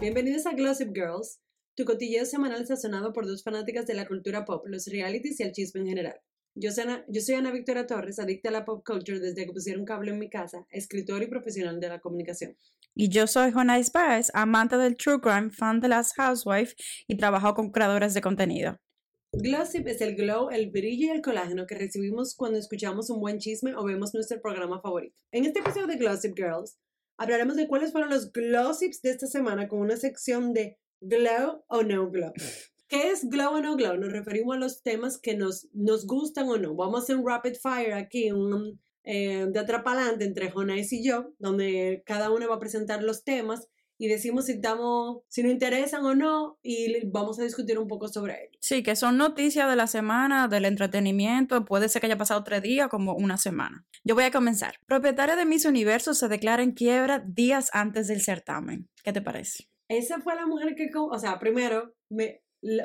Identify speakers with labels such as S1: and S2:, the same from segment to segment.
S1: Bienvenidos a Glossip Girls, tu cotilleo semanal sazonado por dos fanáticas de la cultura pop, los realities y el chisme en general. Yo soy, Ana, yo soy Ana Victoria Torres, adicta a la pop culture desde que pusieron cable en mi casa, escritora y profesional de la comunicación.
S2: Y yo soy Jonais Baez, amante del true crime, fan de las Housewives y trabajo con creadores de contenido.
S1: Glossip es el glow, el brillo y el colágeno que recibimos cuando escuchamos un buen chisme o vemos nuestro programa favorito. En este episodio de Glossip Girls, hablaremos de cuáles fueron los glossips de esta semana con una sección de glow o no glow. ¿Qué es glow o no glow? Nos referimos a los temas que nos, nos gustan o no. Vamos a hacer un rapid fire aquí, un eh, de atrapalante entre Jonais y yo, donde cada uno va a presentar los temas y decimos si estamos, si nos interesan o no y vamos a discutir un poco sobre ellos.
S2: Sí, que son noticias de la semana, del entretenimiento, puede ser que haya pasado tres días como una semana. Yo voy a comenzar. Propietaria de Miss Universo se declara en quiebra días antes del certamen. ¿Qué te parece?
S1: Esa fue la mujer que, o sea, primero, me,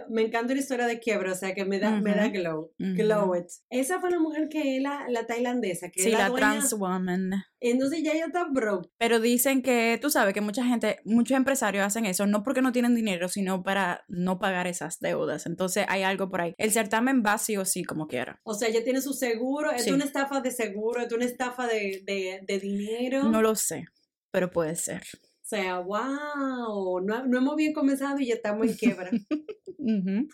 S1: me encanta la historia de quiebra, o sea, que me da, uh -huh. me da glow, uh -huh. glow it. Esa fue la mujer que es la, la tailandesa, que
S2: sí,
S1: es la,
S2: la
S1: dueña.
S2: trans woman.
S1: Entonces ya ella está broke.
S2: Pero dicen que, tú sabes, que mucha gente, muchos empresarios hacen eso, no porque no tienen dinero, sino para no pagar esas deudas. Entonces hay algo por ahí. El certamen va sí o sí, como quiera.
S1: O sea, ella tiene su seguro, es
S2: Sí.
S1: una estafa de seguro, es una estafa de, de, de dinero.
S2: No lo sé, pero puede ser.
S1: O sea, wow, no, no hemos bien comenzado y ya estamos en quiebra.
S2: Ujú.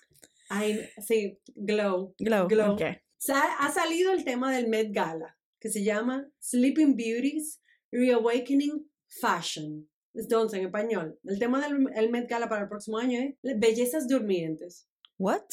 S1: Ay, sí, glow.
S2: Glow.
S1: Glow.
S2: ok.
S1: Sa- ha salido el tema del Met Gala, que se llama Sleeping Beauties Reawakening Fashion. Entonces, en español, el tema del el Met Gala para el próximo año es Bellezas Durmientes,
S2: What?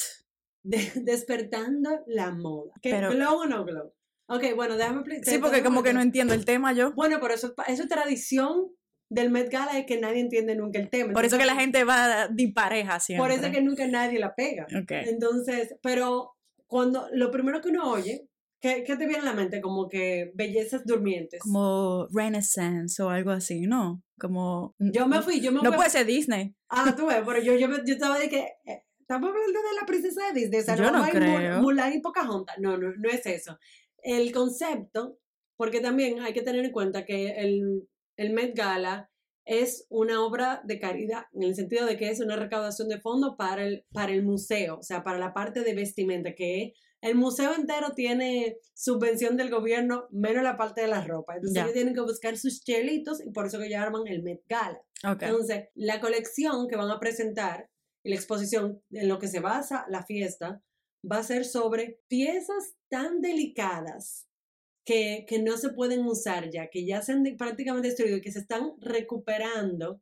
S1: de- despertando la moda. ¿Qué,
S2: Pero-
S1: ¿Glow o no glow? Ok, bueno, déjame explicar.
S2: Sí, porque como que no entiendo el tema yo.
S1: Bueno, pero eso, es pa- eso es tradición del Met Gala, es que nadie entiende nunca el tema.
S2: Por eso que la
S1: Entonces,
S2: gente va dispareja siempre.
S1: Por eso que nunca nadie la pega.
S2: Ok.
S1: Entonces, pero cuando lo primero que uno oye, ¿qué, qué te viene a la mente? Como que bellezas durmientes.
S2: Como Renaissance o algo así, ¿no? Como...
S1: yo me fui, yo me
S2: No
S1: fui.
S2: puede ser Disney.
S1: Ah, tú ves, pero yo, yo, me- yo estaba de que. eh, Estamos hablando de la princesa de Disney, o sea,
S2: Yo no
S1: vamos a ir Mul-
S2: creo.
S1: Mulan y Pocahontas. No, no, no es eso. El concepto, porque también hay que tener en cuenta que el, el Met Gala es una obra de caridad, en el sentido de que es una recaudación de fondos para el, para el museo, o sea, para la parte de vestimenta, que el museo entero tiene subvención del gobierno, menos la parte de la ropa. Entonces
S2: Ya.
S1: ellos tienen que buscar sus chelitos y por eso que ellos arman el Met Gala.
S2: Ok.
S1: Entonces, la colección que van a presentar, y la exposición en lo que se basa la fiesta, va a ser sobre piezas tan delicadas que, que no se pueden usar ya, que ya se han de- prácticamente destruido y que se están recuperando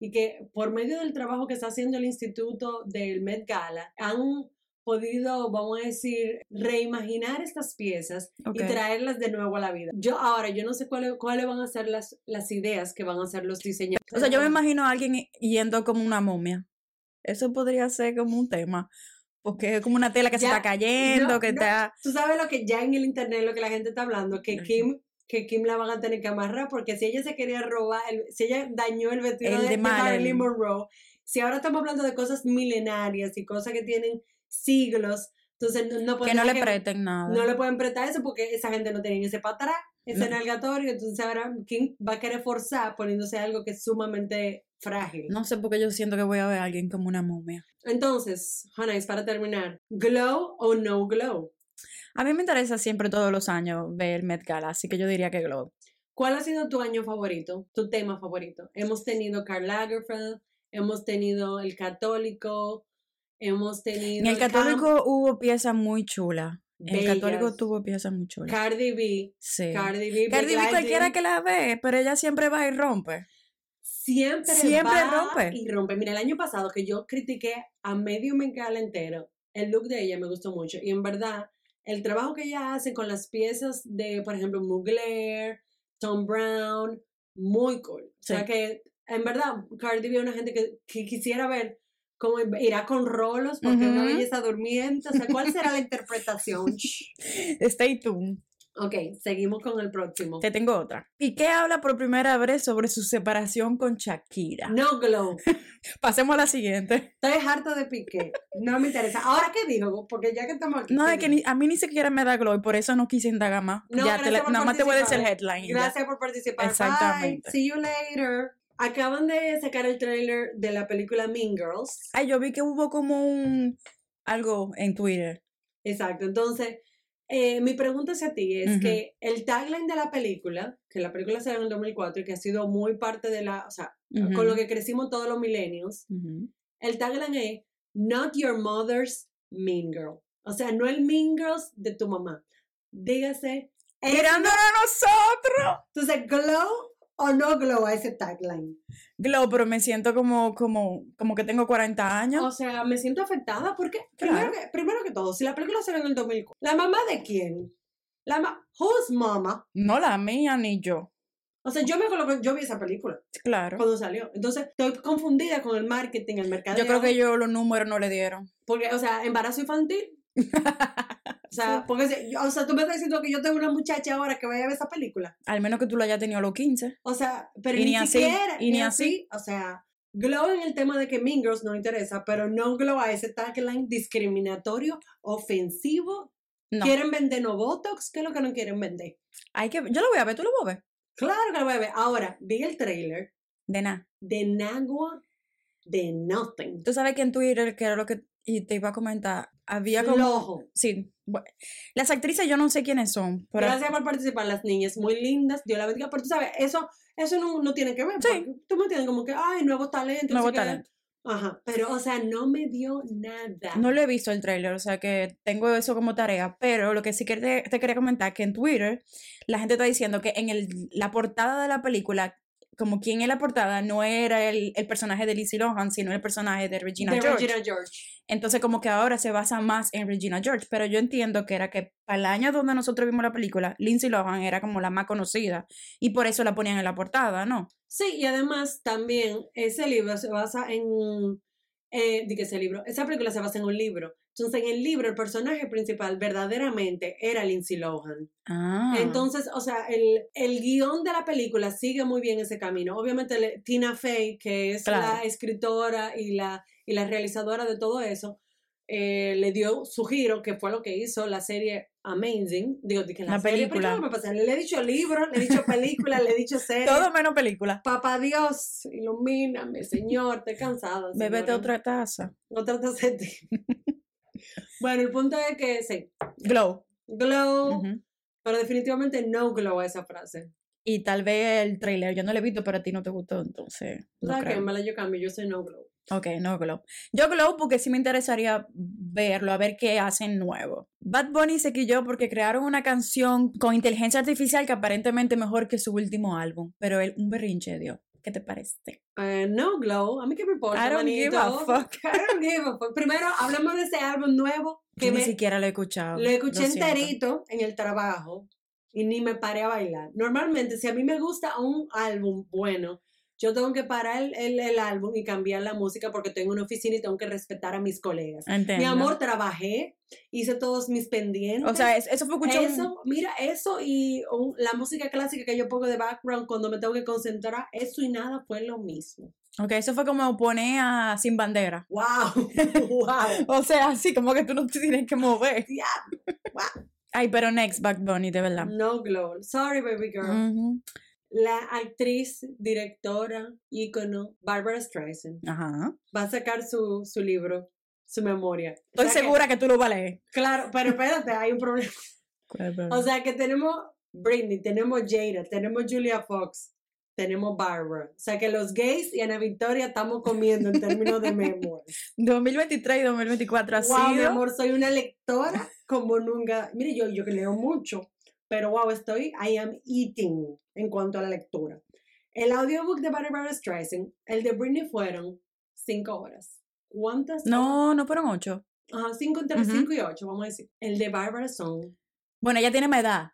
S1: y que por medio del trabajo que está haciendo el Instituto del Met Gala han podido, vamos a decir, reimaginar estas piezas
S2: ok.
S1: y traerlas de nuevo a la vida. Yo ahora, yo no sé cuáles cuáles van a ser las, las ideas que van a ser los diseñadores.
S2: O sea, yo me imagino a alguien yendo como una momia. Eso podría ser como un tema. Porque es como una tela que se
S1: Ya,
S2: está cayendo,
S1: no,
S2: que
S1: no.
S2: está.
S1: Tú sabes lo que ya en el internet, lo que la gente está hablando, que
S2: Ujú.
S1: Kim que Kim la van a tener que amarrar porque si ella se quería robar, el- si ella dañó el vestido
S2: El
S1: de,
S2: de
S1: de Marilyn
S2: Marilyn.
S1: Monroe, si ahora estamos hablando de cosas milenarias y cosas que tienen siglos, entonces no, no
S2: Que
S1: pueden
S2: no le
S1: dejar
S2: preten nada.
S1: no le pueden prestar eso porque esa gente no tiene ese patrá, ese
S2: No.
S1: nalgatorio, entonces ahora Kim va a querer forzar poniéndose algo que es sumamente frágil.
S2: No sé por qué yo siento que voy a ver a alguien como una momia.
S1: Entonces, Hanais, para terminar, ¿glow o no glow?
S2: A mí me interesa siempre todos los años ver el Met Gala, así que yo diría que Globe.
S1: ¿Cuál ha sido tu año favorito, tu tema favorito? Hemos tenido Karl Lagerfeld, hemos tenido El Católico, hemos tenido...
S2: En el
S1: Camp,
S2: católico hubo piezas muy chulas. En el
S1: Bellas,
S2: católico tuvo piezas muy chulas.
S1: Cardi B,
S2: sí.
S1: Cardi B, ¿eh?
S2: Cardi B
S1: Black
S2: cualquiera
S1: Lightning,
S2: que la ve, pero ella siempre va y rompe.
S1: Siempre,
S2: siempre
S1: va
S2: rompe.
S1: Y rompe. Mira, el año pasado que yo critiqué a medio Mengala entero, el look de ella me gustó mucho. Y en verdad, el trabajo que ella hace con las piezas de, por ejemplo, Mugler, Tom Brown, muy cool. O sea
S2: Sí.
S1: que, en verdad, Cardi B es una gente que, que quisiera ver cómo irá con rolos, porque es una
S2: Ujú.
S1: belleza durmiente. O sea, ¿cuál será la interpretación? Shh.
S2: Stay tuned.
S1: ok, seguimos con el próximo.
S2: Te tengo otra. Piqué habla por primera vez sobre su separación con Shakira.
S1: No glow.
S2: Pasemos a la siguiente.
S1: Estoy harto de Piqué. No me interesa. ¿Ahora qué digo? Porque ya que estamos aquí.
S2: No,
S1: ¿qué
S2: es que
S1: digo?
S2: ni- a mí ni siquiera me da glow y por eso no quise indagar más.
S1: No,
S2: ya, te
S1: gracias
S2: la-
S1: por
S2: nada más te voy a decir el
S1: participar.
S2: headline. y ya.
S1: Gracias por participar. Bye.
S2: Exactamente.
S1: See you later. Acaban de sacar el tráiler de la película Mean Girls.
S2: Ay, yo vi que hubo como un algo en Twitter.
S1: Exacto. Entonces, eh, mi pregunta hacia ti es
S2: Ujú.
S1: que el tagline de la película, que la película salió en el 2004 y que ha sido muy parte de la, o sea, con lo que crecimos todos los millennials,
S2: Ujú.
S1: el tagline es Not Your Mother's Mean Girl. O sea, no el Mean Girls de tu mamá. Dígase, es-
S2: ¡Mirándonos a nosotros!
S1: entonces, glow o no glow a ese tagline.
S2: Glow, pero me siento como, como, como que tengo 40 años.
S1: O sea, me siento afectada porque,
S2: Claro.
S1: primero, que, primero que todo, si la película salió en el 2004, ¿la mamá de quién? La ma ¿Who's mama?
S2: No la mía ni yo.
S1: O sea, yo me coloco, yo vi esa película
S2: Claro.
S1: cuando salió. Entonces, estoy confundida con el marketing, el mercado.
S2: Yo creo que yo los números no le dieron.
S1: Porque, o sea, embarazo infantil. O sea, porque, si- o sea, tú me estás diciendo que yo tengo una muchacha ahora que vaya a ver esa película.
S2: Al menos que tú lo hayas tenido a los 15.
S1: O sea, pero
S2: Y
S1: ni,
S2: ni así,
S1: siquiera.
S2: y ni así.
S1: O sea, glow en el tema de que Mean Girls no interesa, pero no glow a ese tagline discriminatorio, ofensivo.
S2: No.
S1: Quieren vender no Botox, ¿qué es lo que no quieren vender?
S2: Hay que, yo lo voy a ver, tú lo vas a ver.
S1: Claro que lo voy a ver. Ahora, vi el trailer
S2: De nada.
S1: de Nagua de Nothing.
S2: Tú sabes que en Twitter, que era lo que y te iba a comentar, había como...
S1: Flojo.
S2: Sí. bu- Las actrices yo no sé quiénes son. Pero
S1: Gracias por participar, las niñas muy lindas, Dios la bendiga, pero tú sabes, eso, eso no, no tiene que ver.
S2: Sí.
S1: porque Tú me entiendes como que, ay, nuevos talentos.
S2: Nuevo
S1: así que-
S2: talento.
S1: Ajá, pero o sea, no me dio nada.
S2: No lo he visto el tráiler, o sea que tengo eso como tarea. Pero lo que sí que te, te quería comentar que en Twitter la gente está diciendo que en el, la portada de la película, como quien en la portada no era el, el personaje de Lizzie Lohan, sino el personaje de Regina
S1: de
S2: George.
S1: Regina George.
S2: Entonces como que ahora se basa más en Regina George. Pero yo entiendo que era que para el año donde nosotros vimos la película, Lindsay Lohan era como la más conocida y por eso la ponían en la portada, ¿no?
S1: Sí, y además también ese libro se basa en. Eh, di que ese libro, esa película se basa en un libro. Entonces, en el libro, el personaje principal verdaderamente era Lindsay Lohan.
S2: Ah.
S1: Entonces, o sea, el, el guión de la película sigue muy bien ese camino. Obviamente, le- Tina Fey, que es la
S2: Claro.
S1: escritora y la, y la realizadora de todo eso, eh, le dio su giro, que fue lo que hizo la serie Amazing. Digo, dije, la,
S2: La
S1: serie, ¿pero qué
S2: película.
S1: me pasa? Le he dicho libro, le he dicho película, le he dicho serie.
S2: todo menos película.
S1: Papá Dios, ilumíname, Señor, estoy cansada.
S2: Bebete
S1: señora.
S2: otra taza.
S1: Otra taza de té. bueno, el punto es que sí,
S2: Glow.
S1: glow,
S2: Ujú.
S1: pero definitivamente no glow a esa frase.
S2: Y tal vez el trailer, yo no lo he visto, pero a ti no te gustó, entonces.
S1: O
S2: No
S1: sea, que en
S2: creo.
S1: verdad yo cambio, yo soy no glow.
S2: Ok, no Glow. Yo Glow porque sí me interesaría verlo, a ver qué hacen nuevo. Bad Bunny se quilló porque crearon una canción con inteligencia artificial que aparentemente mejor que su último álbum, pero él un berrinche dio. ¿Qué te parece?
S1: Eh, no glow, a mí que me importa,
S2: I don't give a
S1: manito.
S2: fuck.
S1: I don't give a fuck. Primero, hablemos de ese álbum nuevo que
S2: Yo ni
S1: me,
S2: siquiera lo he escuchado.
S1: lo escuché
S2: siento.
S1: enterito en el trabajo y ni me paré a bailar. Normalmente, si a mí me gusta un álbum bueno, yo tengo que parar el, el- el álbum y cambiar la música porque tengo una oficina y tengo que respetar a mis colegas. Mi
S2: Entiendo.
S1: amor, trabajé, hice todos mis pendientes.
S2: O sea, es- eso fue escuchar. un-
S1: Eso, mira, eso y un- la música clásica que yo pongo de background cuando me tengo que concentrar, eso y nada fue lo mismo.
S2: Ok, eso fue como poner a Sin Bandera.
S1: ¡Wow! ¡Wow!
S2: O sea, así como que tú no te tienes que mover.
S1: Diablo,
S2: Ay, pero next, Bad Bunny, de verdad.
S1: No glow. Sorry, baby girl.
S2: Ujú.
S1: La actriz, directora, ícono, Barbara Streisand,
S2: Ajá.
S1: va a sacar su, su libro, su memoria. O
S2: Estoy
S1: sea que-
S2: segura que tú lo vas a leer.
S1: claro, pero espérate, hay un problema. O sea que tenemos Britney, tenemos Jada, tenemos Julia Fox, tenemos Barbara. O sea que los gays y Ana Victoria estamos comiendo en términos de memories.
S2: 2023 y 2024 ha
S1: wow, mi
S2: sido.
S1: amor, soy una lectora como nunca. Mire, yo, yo que leo mucho, pero wow, estoy, I am eating en cuanto a la lectura. El audiobook de Barbara Streisand, el de Britney fueron cinco horas. ¿Cuántas? horas?
S2: No, no fueron ocho.
S1: Ajá, cinco entre
S2: Ujú.
S1: cinco y ocho, vamos a decir. El de Barbara son,
S2: Bueno, ella tiene mi edad.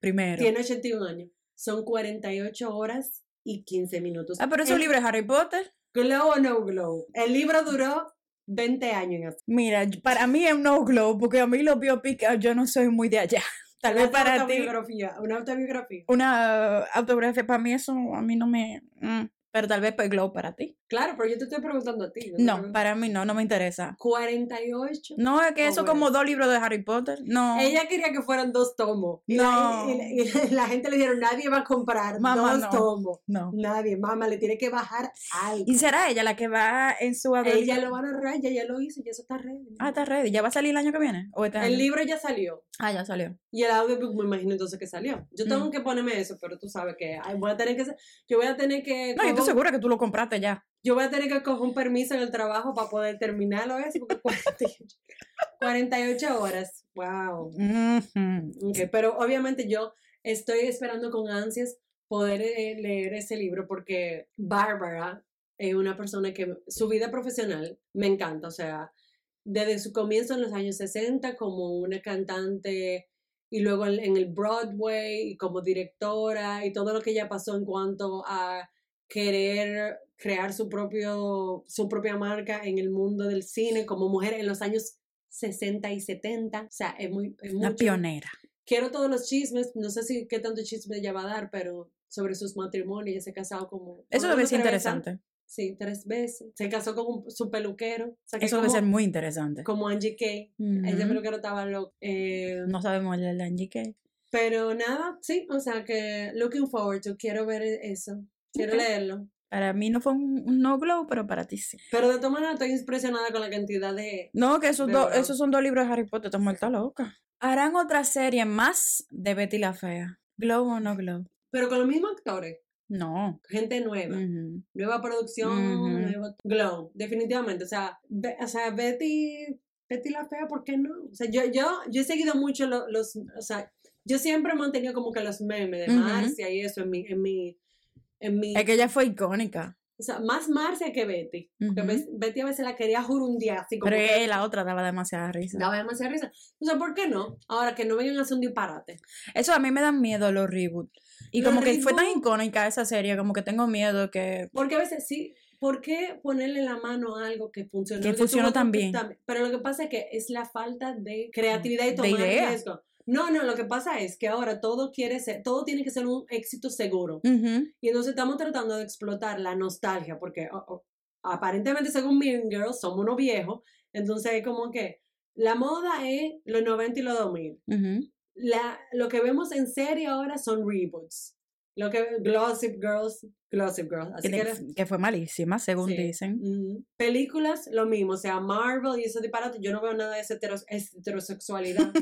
S2: Primero.
S1: tiene 81 años, son 48 horas y 15 minutos.
S2: Ah, pero es un
S1: El
S2: libro de Harry Potter.
S1: Glow o no glow. El libro duró 20 años en hacer.
S2: Mira, yo- para mí es un no glow, porque a mí los biopic ah, yo no soy muy de allá. Tal vez
S1: Una
S2: para ti
S1: autobiografía, Una autobiografía.
S2: una autografía para mí eso a mí no me mm. Pero tal vez pues, glow para ti.
S1: Claro, pero yo te estoy preguntando a ti. yo te
S2: No,
S1: pregunto-
S2: para mí no, no me interesa.
S1: 48.
S2: No, pues, es que
S1: Oh,
S2: eso
S1: bueno.
S2: como dos libros de Harry Potter. No.
S1: Ella quería que fueran dos tomos. Y
S2: No.
S1: La, y la- y la- y la gente le dijeron, nadie va a comprar
S2: Mamá,
S1: dos
S2: no.
S1: tomos.
S2: No.
S1: Nadie, mamá, le tiene que bajar algo.
S2: ¿Y será ella la que va en su
S1: Ella
S2: adolescencia?
S1: lo van a narrar, ya, ya lo hizo, ya eso está ready.
S2: Ah, está ready. ¿Ya va a salir el año que viene? ¿O este
S1: El
S2: año?
S1: libro ya salió.
S2: Ah, ya salió.
S1: Y el audiobook me imagino entonces que salió. Yo tengo
S2: Mm.
S1: que ponerme eso, pero tú sabes que ay, voy a tener que hacer- yo voy a tener que
S2: No, yo estoy
S1: coger-
S2: segura que tú lo compraste ya.
S1: yo voy a tener que coger un permiso en el trabajo para poder terminarlo eso porque 48, 48 horas. Wow.
S2: Ujú.
S1: Ok, pero obviamente yo estoy esperando con ansias poder eh, leer ese libro porque Bárbara es una persona que su vida profesional me encanta, o sea, desde su comienzo en los años 60 como una cantante y luego en, en el Broadway y como directora y todo lo que ella pasó en cuanto a querer crear su propio su propia marca en el mundo del cine como mujer en los años 60 y 70, o sea, es muy es
S2: Una
S1: mucho
S2: pionera.
S1: quiero todos los chismes, no sé si qué tanto chisme ella va a dar, pero sobre sus matrimonios, ella se ha casado como...
S2: Eso
S1: ¿cuántas
S2: debe
S1: veces?
S2: ser
S1: ¿Tres veces?
S2: interesante.
S1: Sí, tres veces. Se casó con un- su peluquero, o sea, que
S2: Eso
S1: como,
S2: debe ser muy interesante.
S1: como Angie Kay. Ese
S2: Ujú.
S1: peluquero estaba loco. Eh,
S2: No sabemos el de Angie Kay.
S1: pero nada, sí, o sea que looking forward to, quiero ver e, eso, quiero
S2: Ok.
S1: leerlo.
S2: Para mí no fue un, un no glow, pero para ti sí.
S1: Pero de todas maneras estoy impresionada con la cantidad de...
S2: No, que esos,
S1: De
S2: dos
S1: verdad.
S2: esos son dos libros de Harry Potter, estás muerta loca. Harán otra serie más de Betty la Fea. ¿Glow o no glow?
S1: Pero con los mismos actores,
S2: No.
S1: gente nueva.
S2: Ujú.
S1: nueva producción,
S2: Ujú.
S1: nuevo glow, definitivamente. O sea, Be- o sea, Betty, Betty la fea, ¿por qué no? O sea, yo, yo, yo he seguido mucho lo- los, o sea, yo siempre he mantenido como que los memes de
S2: Ujú.
S1: Marcia y eso en mi, en mi, en mi,
S2: Es que ella fue icónica.
S1: o sea, más Marcia que Betty. Porque
S2: Ujú.
S1: ves- Betty a veces la quería jurundear, así como
S2: Pero
S1: que
S2: eh, la otra daba demasiada risa.
S1: daba demasiada risa. O sea, ¿por qué no? Ahora que no vengan a hacer un disparate.
S2: Eso a mí me dan miedo los reboots. Y
S1: Los
S2: como que fue tan
S1: reboot.
S2: icónica esa serie, como que tengo miedo que...
S1: Porque a veces sí, ¿por qué ponerle la mano a algo que funcionó?
S2: Que
S1: tuvo
S2: funcionó
S1: otro
S2: tan
S1: que
S2: bien.
S1: tam- Pero lo que pasa es que es la falta de creatividad y
S2: De
S1: tomar
S2: idea.
S1: riesgo. No, no, lo que pasa es que ahora todo quiere ser, todo tiene que ser un éxito seguro.
S2: Ujú.
S1: Y entonces estamos tratando de explotar la nostalgia, porque oh, oh, aparentemente según Mean Girls somos unos viejos, entonces es como que la moda es los 90 y los 2000.
S2: Ujú.
S1: La, lo que vemos en serie ahora son reboots. Lo que Glossip Girls, Glossip Girls. Así
S2: que,
S1: que
S2: te-
S1: era-
S2: que fue malísima, según
S1: Sí.
S2: dicen.
S1: Ujú. Películas, lo mismo, o sea, Marvel y ese disparate, yo no veo nada de esa hetero- es- heterosexualidad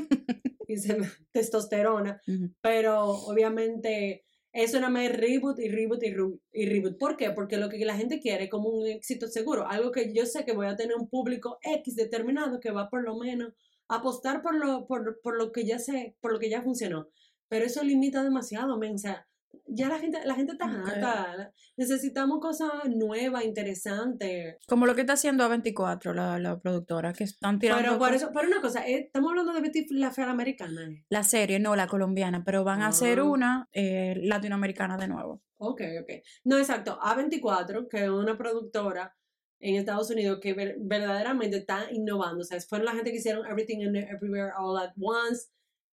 S1: y se- testosterona,
S2: Ujú.
S1: pero obviamente eso nada más es reboot y reboot y, ru- y reboot. ¿Por qué? Porque lo que la gente quiere es como un éxito seguro, algo que yo sé que voy a tener un público X determinado que va por lo menos a apostar por lo, por, por lo que ya sé, por lo que ya funcionó, pero eso limita demasiado, men, o sea, ya la gente, la gente está
S2: Ok.
S1: harta, la- necesitamos cosas nuevas, interesantes.
S2: Como lo que está haciendo A24, la, la productora, que están tirando
S1: Pero por
S2: cosas-
S1: eso, pero una cosa, eh, estamos hablando de Betty la fea americana. eh.
S2: la serie, no la colombiana, pero van a hacer
S1: Ah.
S2: una eh, latinoamericana de nuevo.
S1: Ok, ok. No, exacto. A24, que es una productora en Estados Unidos que ver- verdaderamente está innovando. O sea, fueron la gente que hicieron Everything and Everywhere All at Once.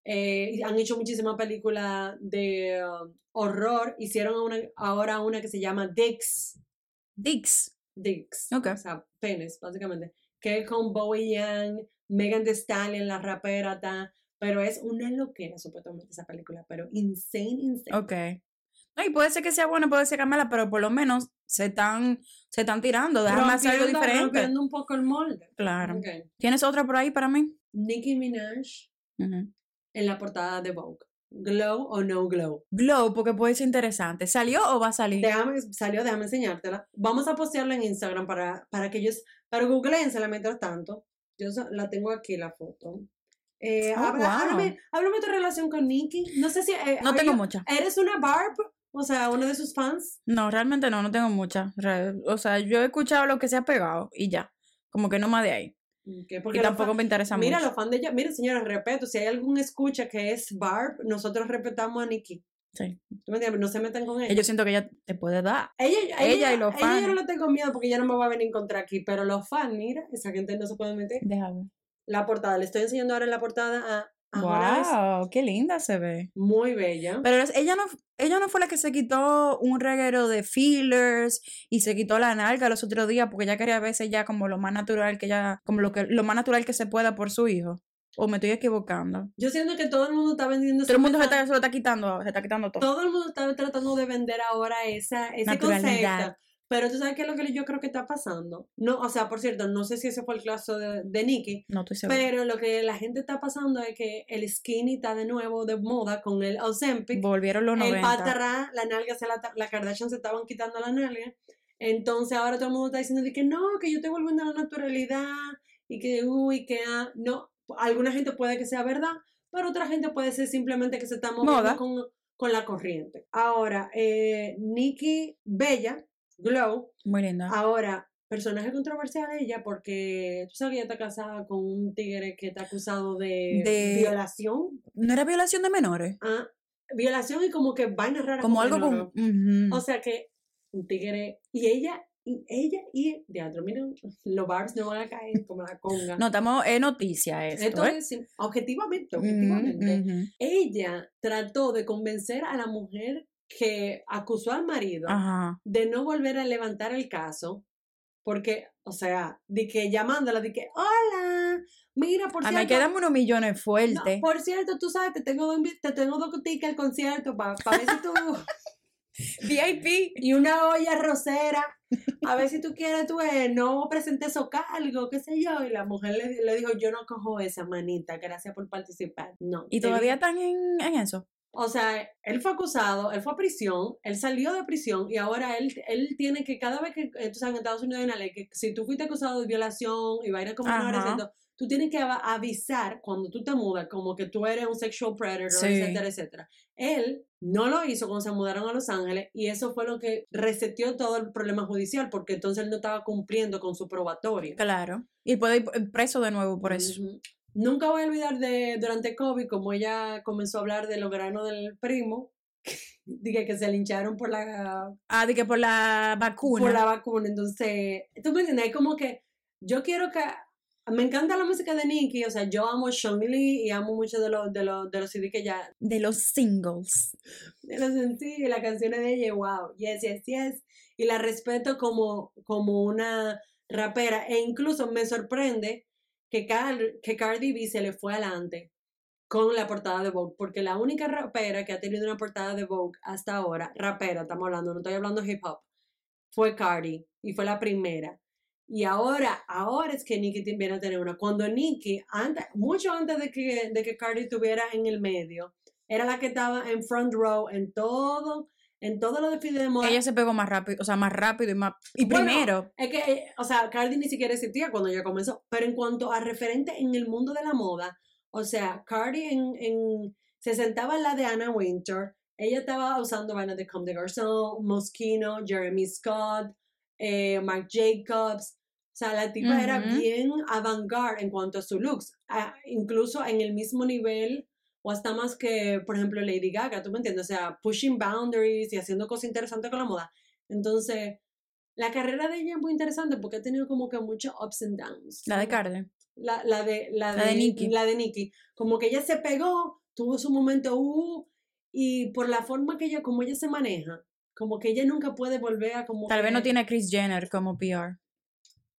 S1: eh, y han hecho muchísimas películas de um, horror. Hicieron una- ahora una que se llama Dicks.
S2: Dix.
S1: Dicks.
S2: Ok.
S1: O sea, penes, básicamente. Que es con Bowie Young, Megan Thee Stallion, la rapera, ta. Pero es una loquera, supuestamente, esa película. Pero insane, insane.
S2: Ok. No, y puede ser que sea buena, puede ser que sea mala, pero por lo menos se están, se están tirando. Déjame hacer algo
S1: Rompiendo-
S2: diferente.
S1: rompiendo un poco el molde.
S2: Claro.
S1: Ok.
S2: ¿Tienes otra por ahí para mí?
S1: Nicki Minaj
S2: Ujú.
S1: en la portada de Vogue. Glow o no glow.
S2: Glow, porque puede ser interesante. ¿Salió o va a salir?
S1: Déjame, salió, déjame enseñártela. Vamos a postearla en Instagram para, para que ellos, para googleensela mientras tanto. Yo so- la tengo aquí la foto. Eh,
S2: Oh,
S1: habla-
S2: wow.
S1: háblame, háblame tu relación con Nicki. No sé si... eh,
S2: No
S1: are
S2: tengo
S1: you-
S2: mucha.
S1: ¿Eres una Barb? O sea, uno de sus fans.
S2: No, realmente no, no tengo mucha. Re- O sea, yo he escuchado lo que se ha pegado y ya. Como que no más de ahí.
S1: Ok, Mm, Porque
S2: Y
S1: los
S2: tampoco
S1: fan-
S2: me interesa
S1: Mira,
S2: mucho.
S1: los fans de ella. Mira, señores, respeto. Si hay algún escucha que es Barb, nosotros respetamos a Nicki.
S2: Sí.
S1: ¿Tú me entiendes? No se metan con
S2: Que
S1: ella.
S2: Yo siento que ella te puede dar.
S1: Ella,
S2: Ella y los
S1: Yo
S2: fans.
S1: no le tengo miedo porque ya no me va a venir contra aquí. Pero los fans, mira, esa gente no se puede meter.
S2: Déjame.
S1: La portada, le estoy enseñando ahora la portada a Ahora es
S2: wow, qué linda se ve.
S1: muy bella.
S2: Pero es- ella no, ella no fue la que se quitó un reguero de fillers y se quitó la nalga los otros días porque ella quería verse ya como lo más natural que ella, como lo que lo más natural que se pueda por su hijo. O me estoy equivocando.
S1: Yo siento que todo el mundo está vendiendo
S2: Todo el
S1: ese
S2: mundo se,
S1: mensaje.
S2: está- se lo está quitando, se está quitando todo.
S1: todo el mundo está tratando de vender ahora esa, ese
S2: Naturalidad.
S1: concepto. Pero tú sabes qué es lo que yo creo que está pasando. No, o sea, por cierto, no sé si ese fue el caso de, de Nicki,
S2: No estoy segura.
S1: pero lo que la gente está pasando es que el skinny está de nuevo de moda con el Ozempic,
S2: Volvieron los
S1: el
S2: 90.
S1: patará, la nalga, se la, ta- la Kardashian se estaban quitando la nalga. Entonces ahora todo el mundo está diciendo de que no, que yo estoy volviendo a la naturalidad y que uy, que ah, no. Alguna gente puede que sea verdad, pero otra gente puede ser simplemente que se está moviendo
S2: Moda.
S1: con, con la corriente. Ahora, eh, Nikki Bella, Glow,
S2: Muy
S1: Ah.
S2: linda.
S1: ahora, personaje controversial ella porque tú sabes que ella está casada con un tigre que está acusado de,
S2: De-
S1: violación.
S2: ¿No era violación de menores?
S1: ah, violación y como que vaina rara.
S2: Como
S1: con
S2: algo con...
S1: menores.
S2: Ujú.
S1: O sea que un tigre y ella y ella y teatro, miren, los bars no van a caer como la conga.
S2: No, estamos... Es noticia esto,
S1: Esto
S2: ¿eh? Mm,
S1: es sim- objetivamente,
S2: Ujú,
S1: objetivamente.
S2: ujú.
S1: Ella trató de convencer a la mujer que acusó al marido
S2: Ajá.
S1: de no volver a levantar el caso porque, o sea, de que llamándola, de que, hola, mira, por
S2: A
S1: cierto,
S2: mí quedan unos millones
S1: no,
S2: fuertes.
S1: por cierto, tú sabes, te tengo dos, invi- te tengo dos tickets al concierto para ver si tú...
S2: VIP.
S1: y una olla rosera. A ver si tú quieres, tú eh, no presentes esos cargos, qué sé yo. Y la mujer le, le dijo, yo no cojo esa manita, gracias por participar. No.
S2: Y
S1: te
S2: todavía
S1: vi-
S2: están en, en eso.
S1: O sea, él fue acusado, él fue a prisión, él salió de prisión y ahora él, él tiene que, cada vez que, eh, tú sabes, en Estados Unidos hay una ley que si tú fuiste acusado de violación y vainas como menores,
S2: Ajá.
S1: entonces, tú tienes que av- avisar cuando tú te mudas, como que tú eres un sexual predator,
S2: Sí.
S1: etcétera, etcétera. Él no lo hizo cuando se mudaron a Los Ángeles y eso fue lo que reseteó todo el problema judicial porque entonces él no estaba cumpliendo con su probatorio.
S2: Claro. Y puede ir preso de nuevo por eso.
S1: Ujú. Nunca voy a olvidar de durante COVID como ella comenzó a hablar de los granos del primo. Dije que se lincharon por la,
S2: Ah, de que por la vacuna.
S1: por la vacuna. Entonces, tú me entiendes, es como que yo quiero que. Me encanta la música de Nicki, o sea, yo amo Sean Lee y amo mucho de los de los de los CD que ya
S2: De los singles.
S1: de los sencillos, las canciones de ella, wow, yes, yes, yes. Y la respeto como, como una rapera. E incluso me sorprende que, Car- que Cardi B se le fue adelante con la portada de Vogue, porque la única rapera que ha tenido una portada de Vogue hasta ahora, rapera, estamos hablando, no estoy hablando hip hop, fue Cardi y fue la primera. Y ahora, ahora es que Nicki te- viene a tener una. Cuando Nicki, antes, mucho antes de que, de que Cardi estuviera en el medio, era la que estaba en front row en todo, en todo lo desfile de moda.
S2: Ella se pegó más rápido, o sea, más rápido y más. Y
S1: Bueno,
S2: primero.
S1: Es que, eh, o sea, Cardi ni siquiera existía cuando ella comenzó, pero en cuanto a referente en el mundo de la moda, o sea, Cardi en, en- se sentaba al lado de Anna Winter, ella estaba usando vainas de Comme des Garçons, Moschino, Jeremy Scott, eh, Marc Jacobs, o sea, la tipa era
S2: Ujú.
S1: bien avant-garde en cuanto a su looks, ah, incluso en el mismo nivel o hasta más que, por ejemplo, Lady Gaga, ¿tú me entiendes? O sea, pushing boundaries y haciendo cosas interesantes con la moda. Entonces, la carrera de ella es muy interesante porque ha tenido como que muchos ups and downs.
S2: La de
S1: Como-
S2: Cardi.
S1: La, la de, la
S2: La de Nicki.
S1: La de Nicki. Como que ella se pegó, tuvo su momento, uh, y por la forma que ella, como ella se maneja, como que ella nunca puede volver a como
S2: Tal vez no
S1: que-
S2: tiene a Chris Jenner como PR.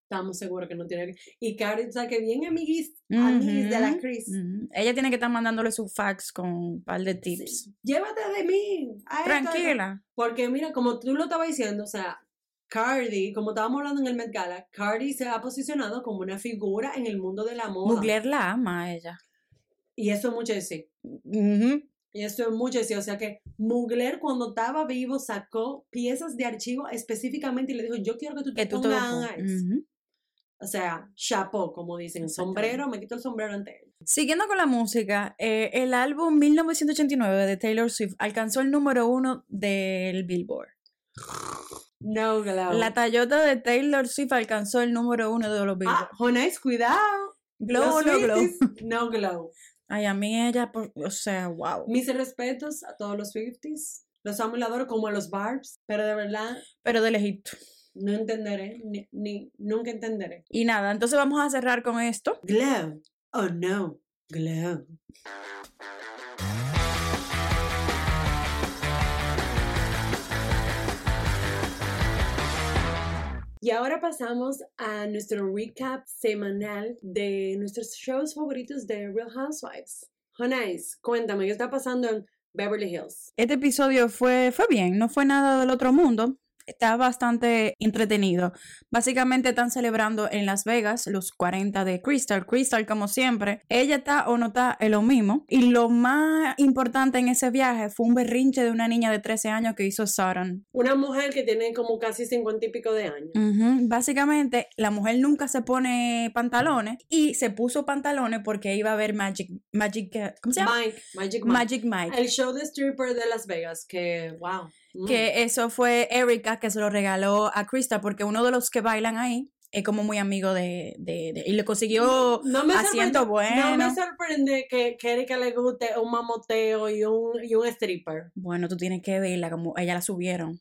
S1: Estamos seguros que no tiene. Y Cardi, o sea, que bien amiguis, amiguis de la
S2: Ujú,
S1: Chris.
S2: ujú. Ella tiene que estar mandándole sus facts con un par de tips.
S1: Llévate de mí. a esto, a esto".
S2: Tranquila.
S1: Porque mira, como tú lo estabas diciendo, o sea, Cardi, como estábamos hablando en el Met Gala, Cardi se ha posicionado como una figura en el mundo de la moda.
S2: Mugler la ama a ella.
S1: Y eso es mucho decir.
S2: Ujú.
S1: Y eso es mucho decir. O sea que Mugler cuando estaba vivo sacó piezas de archivo específicamente y le dijo, yo quiero que tú te
S2: Que tú te lo
S1: pongas
S2: pongas.
S1: ice".
S2: Ujú.
S1: O sea, chapeau, como dicen,
S2: Exactamente.
S1: sombrero, me quito el sombrero ante él.
S2: Siguiendo con la música, eh, el álbum 1989 de Taylor Swift alcanzó el número uno del Billboard.
S1: No, Glow.
S2: La Toyota de Taylor Swift alcanzó el número uno de los Billboard.
S1: ah, Jonais, cuidado.
S2: glow o
S1: Los
S2: no glow.
S1: Swifties, No glow.
S2: Ay, a mí ella, por- o sea, wow.
S1: Mis respetos a todos los Swifties. Los amo y los adoro como a los Barbs, pero de verdad
S2: Pero del Egipto.
S1: no entenderé, ni, ni- nunca entenderé.
S2: Y nada, entonces vamos a cerrar con esto.
S1: Glow, oh no. Glow. Y ahora pasamos a nuestro recap semanal de nuestros shows favoritos de Real Housewives. Jonais, cuéntame, ¿qué está pasando en Beverly Hills?
S2: Este episodio fue, fue bien, no fue nada del otro mundo. Está bastante entretenido. Básicamente están celebrando en Las Vegas los 40 de Crystal. Crystal, como siempre, ella está o no está, es lo mismo. Y lo más importante en ese viaje fue un berrinche de una niña de 13 años que hizo Saran.
S1: Una mujer que tiene como casi cincuenta y pico de años.
S2: Ujú. Básicamente, la mujer nunca se pone pantalones y se puso pantalones porque iba a ver Magic, Magic, eh, ¿cómo se llama?
S1: Mike, Magic Mike.
S2: Magic Mike.
S1: El show de stripper de Las Vegas, que wow. mm.
S2: que eso fue Erika que se lo regaló a Krista porque uno de los que bailan ahí es como muy amigo de, de- de- y le consiguió
S1: no me
S2: asiento
S1: sorprende-
S2: bueno.
S1: No me sorprende que, que Erika le guste un mamoteo y un, y un stripper.
S2: Bueno, tú tienes que verla como ella la subieron.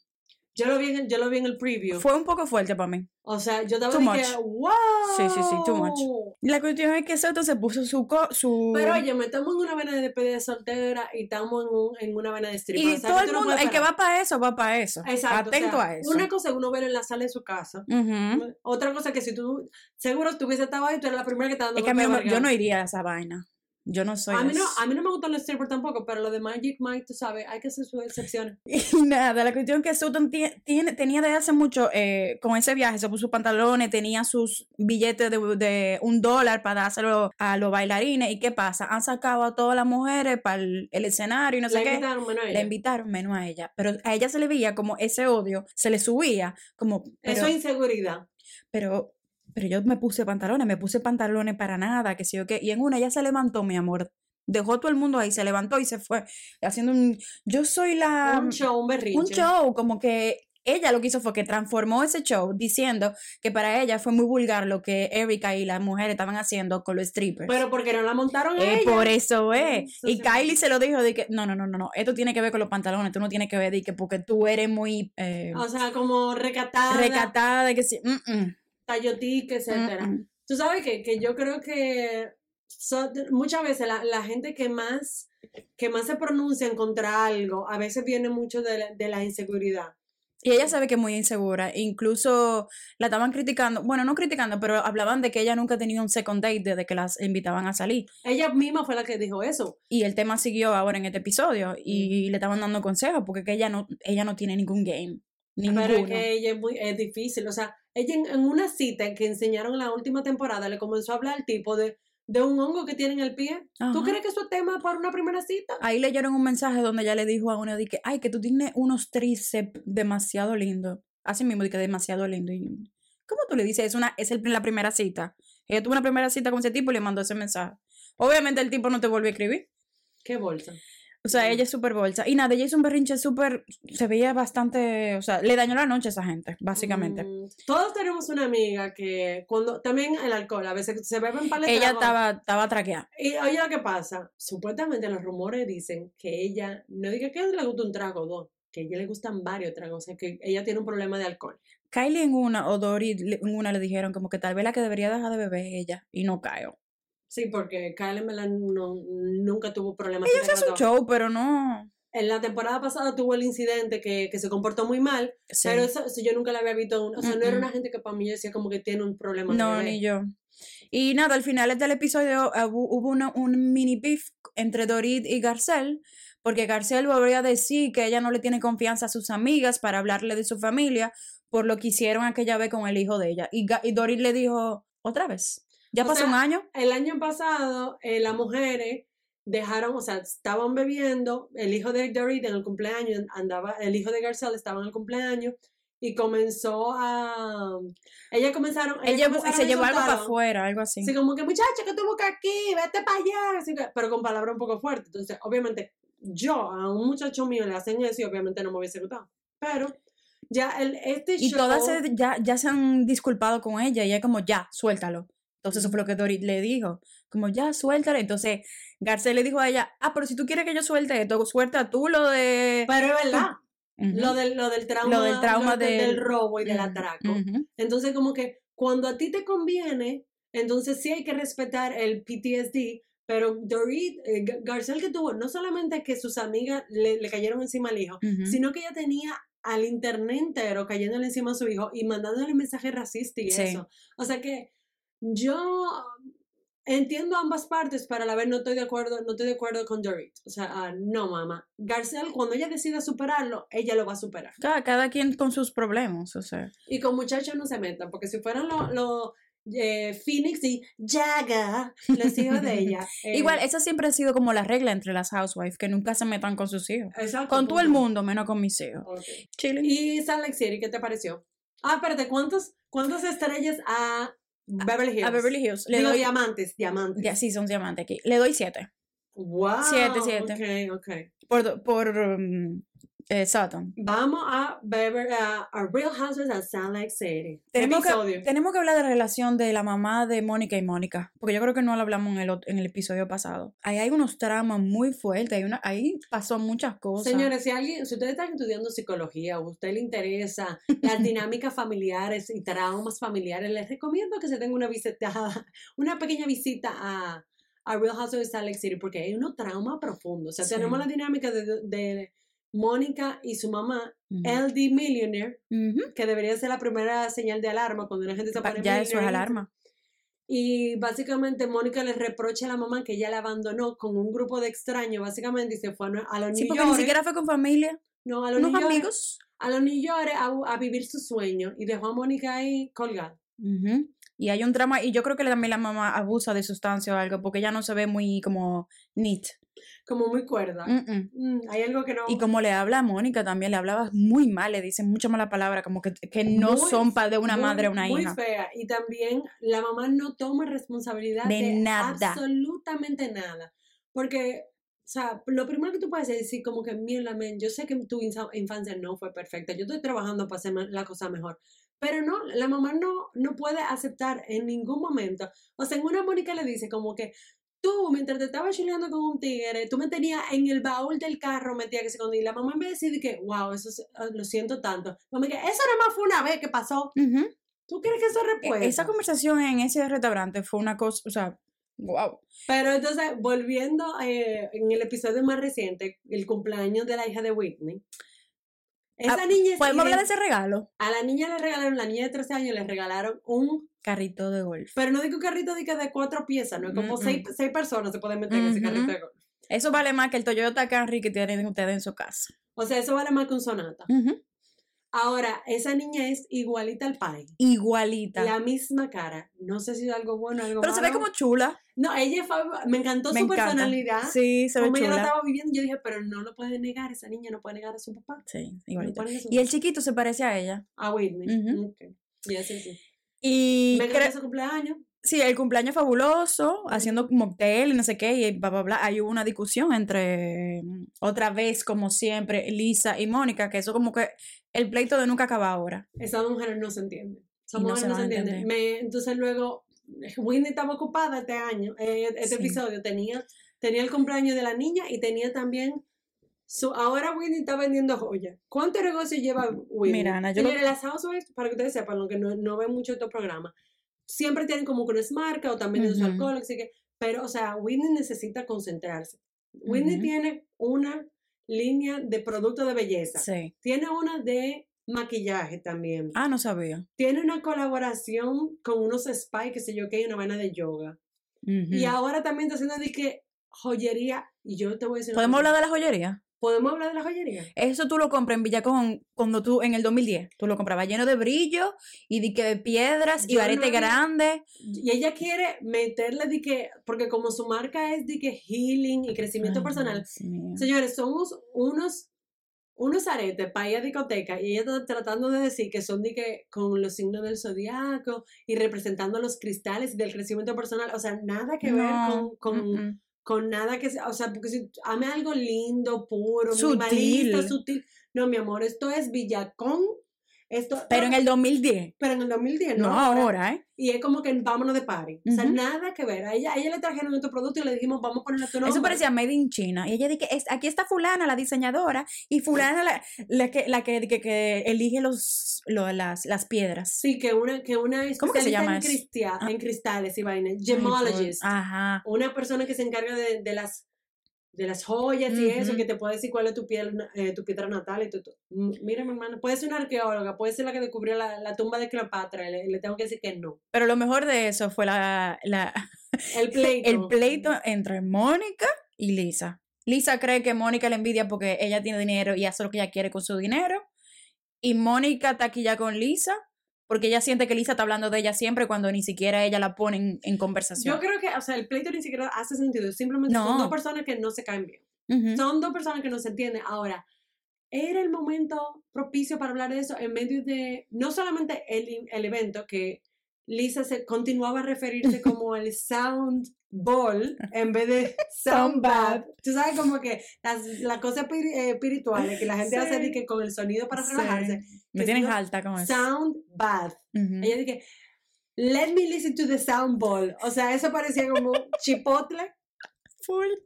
S1: Yo lo vi en, el- yo lo vi en el preview.
S2: Fue un poco fuerte para mí.
S1: o sea, yo estaba
S2: Too
S1: de que, wow.
S2: Sí, sí, sí, too much. La cuestión es que Soto se puso su co- su
S1: Pero oye, estamos en una vena de despedida de soltera y estamos en, un- en una vena de stripper.
S2: y
S1: o sea,
S2: todo
S1: que
S2: el
S1: tú no
S2: mundo,
S1: puedes
S2: el que
S1: parar.
S2: va para eso va para eso.
S1: Exacto, o sea,
S2: Atento a eso.
S1: Una cosa que uno ve en la sala de su casa.
S2: Ujú.
S1: Otra cosa que si tú seguro estuviese estaba ahí, tú eres la primera que estaba dando
S2: Es que a mí no me-
S1: golpe de
S2: yo no
S1: verga.
S2: iría a esa vaina. Yo no soy
S1: a mí
S2: de
S1: no,
S2: eso.
S1: a mí no me gustan los strippers tampoco, pero lo de Magic Mike, tú sabes, hay que hacer sus excepciones.
S2: Y nada, la cuestión que Sutton tie- tiene, tenía desde hace mucho, eh, con ese viaje, se puso sus pantalones, tenía sus billetes de, de un dólar para dárselo a los bailarines. ¿Y qué pasa? Han sacado a todas las mujeres para el, el escenario y no sé
S1: Le
S2: qué.
S1: quitaron mano a
S2: La
S1: ella.
S2: invitaron menos a ella, pero a ella se le veía como ese odio, se le subía, como, pero,
S1: Eso es inseguridad.
S2: pero, pero yo me puse pantalones, me puse pantalones para nada, que sé yo qué. Y en una ella se levantó, mi amor. Dejó todo el mundo ahí, se levantó y se fue, haciendo un... Yo soy la
S1: un show, un berrinche.
S2: Ah, un show, como que ella lo que hizo fue que transformó ese show diciendo que para ella fue muy vulgar lo que Erika y las mujeres estaban haciendo con los strippers.
S1: Pero porque no la montaron a
S2: pues. Eh,
S1: ella.
S2: por eso es.
S1: Eso
S2: y
S1: sí.
S2: Kylie se lo dijo de que no, no, no, no, no, esto tiene que ver con los pantalones, tú no tienes que ver de que porque tú eres muy eh,
S1: O sea, como recatada,
S2: recatada, de que sí, mm, mm,
S1: tallotique, etcétera.
S2: mm, mm.
S1: Tú sabes que, que yo creo que so- muchas veces la, la gente que más, que más se pronuncian contra algo, a veces viene mucho de la, de la inseguridad.
S2: Y ella sabe que es muy insegura, incluso la estaban criticando, bueno, no criticando, pero hablaban de que ella nunca tenía un second date desde que las invitaban a salir.
S1: Ella misma fue la que dijo eso.
S2: Y el tema siguió ahora en este episodio y le estaban dando consejos porque que ella no ella no tiene ningún game. Ninguno.
S1: Pero es que ella es muy es difícil. O sea, ella en, en una cita que enseñaron en la última temporada le comenzó a hablar al tipo de, de un hongo que tiene en el pie. ¿Tú
S2: Ajá.
S1: crees que eso es tema para una primera cita?
S2: Ahí leyeron un mensaje donde ella le dijo a uno de que, "Ay, que tú tienes unos tríceps demasiado lindos." Así mismo de que demasiado lindo. Y, ¿Cómo tú le dices? Es una es el- la primera cita. Ella tuvo una primera cita con ese tipo y le mandó ese mensaje. Obviamente el tipo no te volvió a escribir.
S1: ¿Qué bolsa?
S2: O sea,
S1: Mm.
S2: ella es súper bolsa. Y nada, ella hizo un berrinche súper... Se veía bastante... O sea, le dañó la noche a esa gente, básicamente.
S1: Mm, todos tenemos una amiga que cuando también el alcohol, a veces se beben paleta.
S2: Ella estaba, estaba traqueada.
S1: Y oye lo que pasa, supuestamente los rumores dicen que ella, no diga que le gusta un trago o dos, que a ella le gustan varios tragos, o sea que ella tiene un problema de alcohol.
S2: Kylie en una o Dory le- en una le dijeron como que tal vez la que debería dejar de beber es ella y no cayó.
S1: Sí, porque Kylie Melan no, nunca tuvo problemas.
S2: Ella
S1: con
S2: se hace un
S1: alcohol.
S2: show, pero no.
S1: En la temporada pasada tuvo el incidente que, que se comportó muy mal,
S2: Sí.
S1: pero eso, eso yo nunca la había visto. O sea, no era
S2: Mm-mm.
S1: una gente que para mí yo decía como que tiene un problema. de
S2: no,
S1: beber.
S2: ni yo. Y nada, al final del episodio eh, hubo, hubo una- un mini beef entre Dorit y Garcel, porque Garcel volvió a decir que ella no le tiene confianza a sus amigas para hablarle de su familia por lo que hicieron aquella vez con el hijo de ella. Y, Ga- y Dorit le dijo, otra vez, ya
S1: O
S2: pasó
S1: sea,
S2: un año.
S1: El año pasado, eh, las mujeres dejaron, o sea, estaban bebiendo, el hijo de Dorit en el cumpleaños, andaba, el hijo de Garcelle estaba en el cumpleaños y comenzó a... Ellas comenzaron... ellas
S2: Ella bu-
S1: comenzaron
S2: se
S1: a
S2: llevó algo para
S1: insultarla.
S2: afuera, algo así.
S1: Así como que, muchacho, que tú buscas aquí? Vete para allá. Así que- pero con palabras un poco fuertes. Entonces, obviamente, yo a un muchacho mío le hacen eso y obviamente no me hubiese gustado. Pero ya el, este
S2: Y
S1: show...
S2: todas se- ya, ya se han disculpado con ella y es como, ya, suéltalo. Entonces eso fue lo que Dorit le dijo, como, ya, suéltalo. Entonces Garcés le dijo a ella, ah, pero si tú quieres que yo suelte esto, suelta tú lo de...
S1: Pero es verdad,
S2: Ujú,
S1: lo, del, lo del trauma,
S2: del trauma
S1: del,
S2: del-
S1: del robo y del
S2: ujú,
S1: atraco.
S2: ujú.
S1: Entonces, como que cuando a ti te conviene, entonces sí hay que respetar el PTSD, Pero Dorit, eh, Ga- Garcel que tuvo, no solamente que sus amigas le, le cayeron encima al hijo,
S2: Ujú.
S1: sino que ella tenía al internet entero cayéndole encima a su hijo y mandándole mensajes racistas y
S2: Sí.
S1: eso. O sea que yo entiendo ambas partes, pero a la vez no estoy de acuerdo, no estoy de acuerdo con Dorit. O sea, ah, no, mamá. Garcel, cuando ella decida superarlo, ella lo va a superar.
S2: Cada, cada quien con sus problemas, o sea.
S1: Y con muchachos no se metan, porque si fueran los lo, eh, Phoenix y Jaga, los hijos de ella. eh,
S2: Igual, esa siempre ha sido como la regla entre las housewives, que nunca se metan con sus hijos.
S1: exacto,
S2: Con todo el
S1: punto.
S2: mundo, menos con mis hijos.
S1: Ok.
S2: Chile.
S1: Y Salt Lake City, ¿qué te pareció? Ah, espérate, ¿cuántos, ¿cuántas estrellas a Beverly Hills?
S2: A Beverly Hills. Le
S1: Digo,
S2: doy,
S1: diamantes, diamantes.
S2: ya, sí, son diamantes aquí. Le doy siete.
S1: Wow.
S2: Siete, siete.
S1: Ok, ok.
S2: Por, do- por um, eh, Sutton.
S1: Vamos a Beverly, a, a Real Houses of Salt Lake City.
S2: Tenemos que,
S1: Episodio.
S2: tenemos que hablar de la relación de la mamá de Mónica y Mónica, porque yo creo que no lo hablamos en el, ot- en el episodio pasado. Ahí hay unos tramas muy fuertes, hay una, ahí pasó muchas cosas.
S1: Señores, si alguien, si ustedes están estudiando psicología o a usted le interesa las dinámicas familiares y traumas familiares, les recomiendo que se den una visita, una pequeña visita a, a Real House of Salt Lake City, porque hay unos traumas profundos. O sea,
S2: Sí.
S1: tenemos la dinámica de, de Mónica y su mamá,
S2: Ujú.
S1: LD Millionaire,
S2: Ujú.
S1: que debería ser la primera señal de alarma cuando una gente se pone
S2: Ya eso es
S1: millionaire.
S2: alarma.
S1: Y básicamente Mónica le reprocha a la mamá que ella la abandonó con un grupo de extraños, básicamente, y se fue a, Nue- a los
S2: Sí,
S1: New
S2: porque
S1: York.
S2: ni siquiera fue con familia,
S1: No, a los
S2: unos
S1: New York
S2: amigos.
S1: a los New York a, a vivir su sueño y dejó a Mónica ahí colgada.
S2: Ujú. Y hay un trama, y yo creo que también la mamá abusa de sustancia o algo, porque ella no se ve muy como neat.
S1: Como muy cuerda.
S2: Mm-mm.
S1: Mm, hay algo que no.
S2: Y como le habla a Mónica también, le hablaba muy mal, le dicen muchas malas palabras, como que, que no
S1: Muy-
S2: son pa- de una
S1: muy-
S2: madre o una hija.
S1: Muy fea. Y también la mamá no toma responsabilidad de,
S2: De nada.
S1: absolutamente nada. Porque, o sea, lo primero que tú puedes decir, sí, como que, mierda, men, yo sé que tu insa- infancia no fue perfecta, yo estoy trabajando para hacer ma- la cosa mejor. Pero no, la mamá no, no puede aceptar en ningún momento. O sea, en una Mónica le dice como que, tú, mientras te estabas chuleando con un tigre, tú me tenías en el baúl del carro, metía que se escondí. Y la mamá me decía que, wow, eso es- ah, lo siento tanto. Mamá, que eso nomás fue una vez que pasó.
S2: Ujú.
S1: ¿Tú crees que eso
S2: E-
S1: repuesta?
S2: Esa conversación en ese restaurante fue una cosa, o sea, wow.
S1: Pero entonces, volviendo eh, en el episodio más reciente, el cumpleaños de la hija de Whitney. Esa
S2: Ah,
S1: niña es
S2: ¿Podemos hablar de
S1: ident-
S2: ese regalo?
S1: A la niña le regalaron, la niña de 13 años le regalaron un,
S2: Carrito de golf.
S1: pero no digo un carrito de, que de cuatro piezas, no, como
S2: Mm-mm. Mm-hmm.
S1: seis, seis personas se pueden meter en ese
S2: Ujú.
S1: carrito de golf.
S2: Eso vale más que el Toyota Camry que tienen ustedes en su casa.
S1: O sea, eso vale más que un sonata.
S2: Ujú.
S1: Ahora, esa niña es igualita al pai.
S2: Igualita.
S1: La misma cara. No sé si es algo bueno o algo
S2: Pero se ve
S1: malo.
S2: como chula.
S1: No, ella fue... Me encantó
S2: Me
S1: su
S2: encanta.
S1: personalidad.
S2: Sí, se ve
S1: como ella lo
S2: chula.
S1: estaba viviendo, yo dije, pero no lo puede negar, esa niña no puede negar a su papá.
S2: Sí,
S1: no
S2: igualita.
S1: puede negar a su
S2: Y el chiquito se parece a ella.
S1: papá. A Whitney.
S2: Ujú.
S1: Ok. Ya, sí, sí.
S2: Y
S1: Me
S2: creo-
S1: encantó su cumpleaños.
S2: Sí, el cumpleaños fabuloso, haciendo mocktail y no sé qué, y bla, bla, bla. Ahí hubo una discusión entre, mm, otra vez, como siempre, Lisa y Mónica, que eso como que el pleito de nunca acaba ahora.
S1: Esas mujeres no se entienden. Esas
S2: Y no
S1: mujeres
S2: se
S1: no
S2: van
S1: se
S2: a
S1: entienden. Me- entonces luego, Whitney estaba ocupada este año, eh, este
S2: Sí.
S1: episodio. Tenía, tenía el cumpleaños de la niña y tenía también... Su, ahora Whitney está vendiendo joyas. ¿Cuánto negocio lleva Whitney?
S2: Mira, Ana, yo lo-
S1: Señores, las Housewives, para que ustedes sepan, lo que no, no ven mucho estos programas, siempre tienen como que una marca o también de su
S2: Ujú.
S1: alcohol, así que, pero, o sea, Whitney necesita concentrarse. Whitney
S2: Ujú.
S1: tiene una línea de producto de belleza,
S2: Sí.
S1: tiene una de maquillaje también,
S2: Ah, no sabía.
S1: tiene una colaboración con unos spy, que sé yo qué, y una vaina de yoga.
S2: Ujú.
S1: Y ahora también está haciendo de que joyería, y yo te voy a decir... una
S2: ¿Podemos
S1: cosa,
S2: hablar de la joyería?
S1: ¿Podemos hablar de la joyería?
S2: Eso tú lo compras en Villacón cuando tú, en el 2010, tú lo comprabas lleno de brillo y de que piedras y
S1: Yo
S2: aretes
S1: no-
S2: grandes.
S1: Y ella quiere meterle de que, porque como su marca es de que healing y crecimiento
S2: Ay,
S1: personal,
S2: Dios mío.
S1: señores, somos unos, unos aretes para ir a discoteca y ella está tratando de decir que son de que con los signos del zodiaco y representando los cristales del crecimiento personal, o sea, nada que
S2: No,
S1: ver con, con,
S2: mm-mm.
S1: con nada que sea, o sea, porque si ame algo lindo, puro,
S2: Sutil.
S1: minimalista, sutil. No, mi amor, esto es Villacón Esto,
S2: Pero en el 2010.
S1: pero en el 2010,
S2: No,
S1: ¿no?
S2: ahora, ¿eh?
S1: Y es como que vámonos de party. O sea,
S2: Ujú.
S1: nada que ver. A ella, a ella le trajeron estos productos y le dijimos, vamos a ponerle tu nombre.
S2: Eso parecía Made in China. Y ella dice, es, aquí está fulana, la diseñadora, y fulana la, la que, la que, que- que elige los, lo- las, las piedras.
S1: Sí, que una, que una especialista
S2: ¿Cómo que se llama
S1: en,
S2: eso?
S1: cristia-
S2: Ah.
S1: en cristales y vaina,
S2: Ay, Ah, por-
S1: gemologist.
S2: Ajá.
S1: Una persona que se encarga de, de las de las joyas y eso,
S2: Ujú.
S1: que te puede decir cuál es tu, piel, eh, tu piedra natal. Y tu, tu- M- Mira, mi hermana, puede ser una arqueóloga, puede ser la que descubrió la, la tumba de Cleopatra. y Le, le tengo que decir que no.
S2: Pero lo mejor de eso fue la, la,
S1: El pleito.
S2: el pleito entre Mónica y Lisa. Lisa cree que Mónica le envidia porque ella tiene dinero y hace lo que ella quiere con su dinero. Y Mónica está aquí ya con Lisa porque ella siente que Lisa está hablando de ella siempre cuando ni siquiera ella la pone en, en
S1: Yo
S2: conversación.
S1: creo que, o sea, el pleito ni siquiera hace sentido. Simplemente
S2: No.
S1: son dos personas que no se caen bien.
S2: Ujú.
S1: Son dos personas que no se entienden. Ahora, era el momento propicio para hablar de eso en medio de, no solamente el, el evento, que Lisa se continuaba a referirse como el sound ball en vez de sound
S2: Sound
S1: bath.
S2: bath.
S1: Tú sabes como que las, las cosas piri- eh, espirituales que la gente hace
S2: Sí.
S1: de que con el sonido para
S2: Sí.
S1: relajarse.
S2: Me
S1: que
S2: tienen
S1: si no-
S2: alta con eso.
S1: Sound bath.
S2: Ujú.
S1: Ella dije, let me listen to the sound ball. O sea, eso parecía como chipotle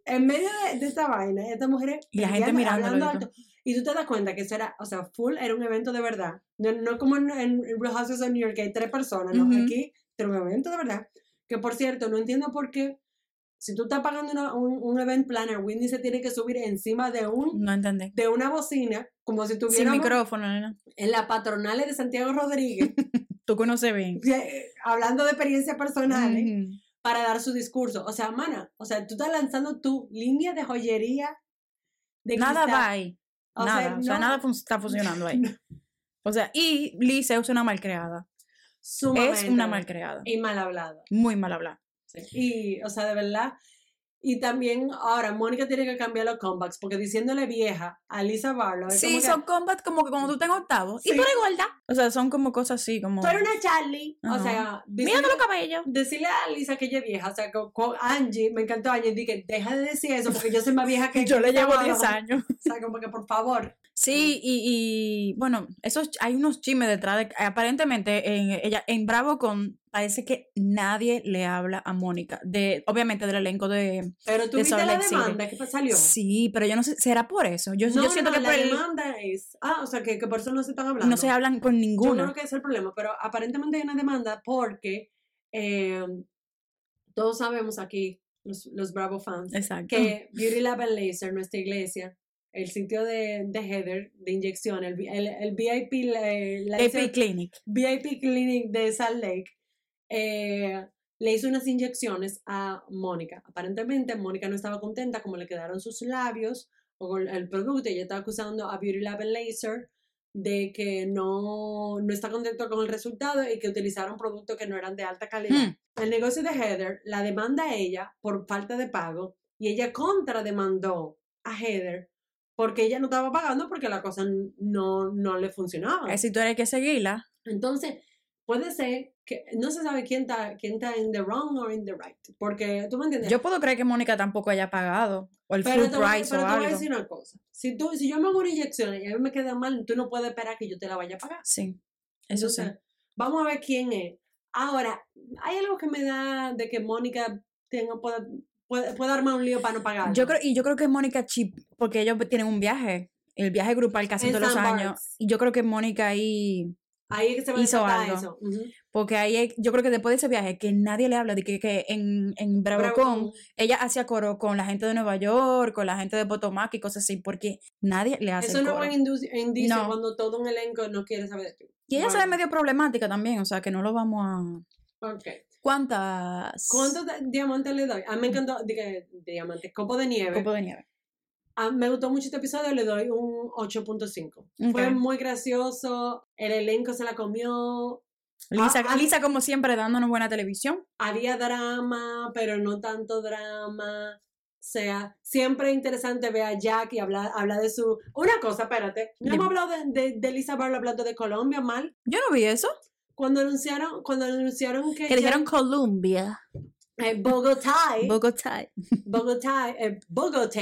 S1: en medio de, de esta vaina, estas mujeres
S2: Y la gente
S1: peleando,
S2: mirándolo,
S1: hablando
S2: loco.
S1: alto. Y tú te das cuenta que eso era, o sea, full era un evento de verdad. No, no como en, en Real Houses of New York, que hay tres personas, ¿no?
S2: Ujú.
S1: Aquí era un evento de verdad. Que por cierto, no entiendo por qué, si tú estás pagando una- un, un event planner, Whitney se tiene que subir encima de un
S2: No entendí.
S1: de una bocina, como si
S2: Sin
S1: tuviéramos
S2: micrófono, nena.
S1: en la patronales de Santiago Rodríguez,
S2: Tú conoces bien.
S1: eh, hablando de experiencias personales
S2: Ujú.
S1: para dar su discurso. O sea, mana, o sea, tú estás lanzando tu línea de joyería de
S2: Nada
S1: cristal.
S2: va ahí.
S1: O sea,
S2: nada. o sea,
S1: no.
S2: nada fun- está funcionando ahí. O sea, y Lisa es una malcreada.
S1: Sumamente
S2: Es una
S1: mal-
S2: malcreada.
S1: y mal hablada.
S2: Muy mal hablada.
S1: Y, o sea, de verdad. Y también ahora Mónica tiene que cambiar los comebacks porque diciéndole vieja a Lisa Barlow. es
S2: Sí,
S1: como que,
S2: son combat como que cuando tú estás en octavo.
S1: Sí.
S2: Y tú eres gorda. O sea, son como cosas así, como.
S1: Tú eres una Charlie. O
S2: Ajá.
S1: sea,
S2: Mírate
S1: decirle,
S2: los cabellos.
S1: decirle a Lisa que ella es vieja. O sea, con, con Angie, me encantó Angie. Dije, deja de decir eso porque yo soy más vieja que
S2: Yo le
S1: Lisa
S2: llevo
S1: Barlow".
S2: 10 años.
S1: O sea, como que por favor.
S2: Sí, y, y, bueno, esos ch- hay unos chismes detrás. de- aparentemente, en, ella, en Bravo con parece que nadie le habla a Mónica. De, obviamente del elenco de.
S1: Pero tú
S2: De
S1: viste
S2: Salt
S1: la
S2: Lake City.
S1: demanda que salió.
S2: Sí, pero yo no sé, ¿será por eso? Yo, yo
S1: No,
S2: siento
S1: no,
S2: que
S1: la
S2: por el-
S1: demanda es. Ah, o sea, que, que por eso no se están hablando.
S2: no se hablan con
S1: Yo
S2: ninguna.
S1: creo que ese es el problema, pero aparentemente hay una demanda porque eh, todos sabemos aquí, los, los Bravo fans,
S2: Exacto.
S1: que Beauty Lab and Laser, nuestra iglesia, el sitio de, de Heather, de inyección, el, vi- el, el VIP, la- laser-
S2: Epic Clinic.
S1: VIP Clinic de Salt Lake, eh, le hizo unas inyecciones a Mónica. Aparentemente Mónica no estaba contenta como le quedaron sus labios o con el producto. Ella estaba acusando a Beauty Lab and Laser de que no, no está contento con el resultado y que utilizaron productos que no eran de alta calidad.
S2: Mm.
S1: El negocio de Heather la demanda a ella por falta de pago y ella contrademandó a Heather porque ella no estaba pagando porque la cosa no, no le funcionaba.
S2: Ay, Si tú eres que seguirla,
S1: Entonces, puede ser que no se sabe quién está quién está in the wrong or in the right, porque tú me entiendes.
S2: yo puedo creer que Mónica tampoco haya pagado. O el
S1: pero
S2: full
S1: te, voy, a-
S2: price
S1: pero
S2: o
S1: te voy a
S2: algo.
S1: decir una cosa. Si tú si yo me hago una inyección y a mí me queda mal, tú no puedes esperar que yo te la vaya a pagar.
S2: Sí. Eso sí.
S1: Entonces, Vamos a ver quién es. Ahora, hay algo que me da de que Mónica tenga pueda puede, puede armar un lío para no pagar.
S2: Yo creo, y yo creo que Mónica chip, porque ellos tienen un viaje, el viaje grupal casi
S1: En
S2: todos los
S1: San
S2: años.
S1: Barts.
S2: Y yo creo que Mónica ahí,
S1: ahí es que se va a
S2: hizo
S1: desatar
S2: algo.
S1: eso. Ujú.
S2: porque ahí, es- yo creo que después de ese viaje, que nadie le habla, de que, que en, en
S1: Bravo
S2: Bravocon,
S1: con-
S2: ella hacía coro con la gente de Nueva York, con la gente de Potomac y cosas así, porque nadie le hace
S1: Eso
S2: el
S1: no
S2: coro.
S1: va en indu- indicio
S2: No.
S1: cuando todo un elenco no quiere saber de ti.
S2: Y ella se ve
S1: Bueno,
S2: medio problemática también, o sea, que no lo vamos a...
S1: ok.
S2: ¿Cuántas?
S1: ¿Cuántos de- diamantes le doy? A mí me encantó, diga, diamantes, copo de nieve.
S2: Copo de nieve.
S1: Ah, me gustó mucho este episodio, le doy un 8.5. Fue
S2: Ok.
S1: muy gracioso, el elenco se la comió,
S2: Lisa,
S1: Ah, ah.
S2: Lisa, como siempre, dándonos buena televisión.
S1: había drama, pero no tanto drama. O sea, siempre es interesante ver a Jack y hablar, hablar de su... Una cosa, espérate, no
S2: Dime.
S1: hemos hablado de, de, de Lisa Barlow hablando de Colombia mal.
S2: Yo no vi eso.
S1: Cuando anunciaron, cuando anunciaron que...
S2: Que
S1: Jack-
S2: dijeron Colombia.
S1: eh, Bogotá,
S2: Bogotá.
S1: Bogotá, eh, Bogotá.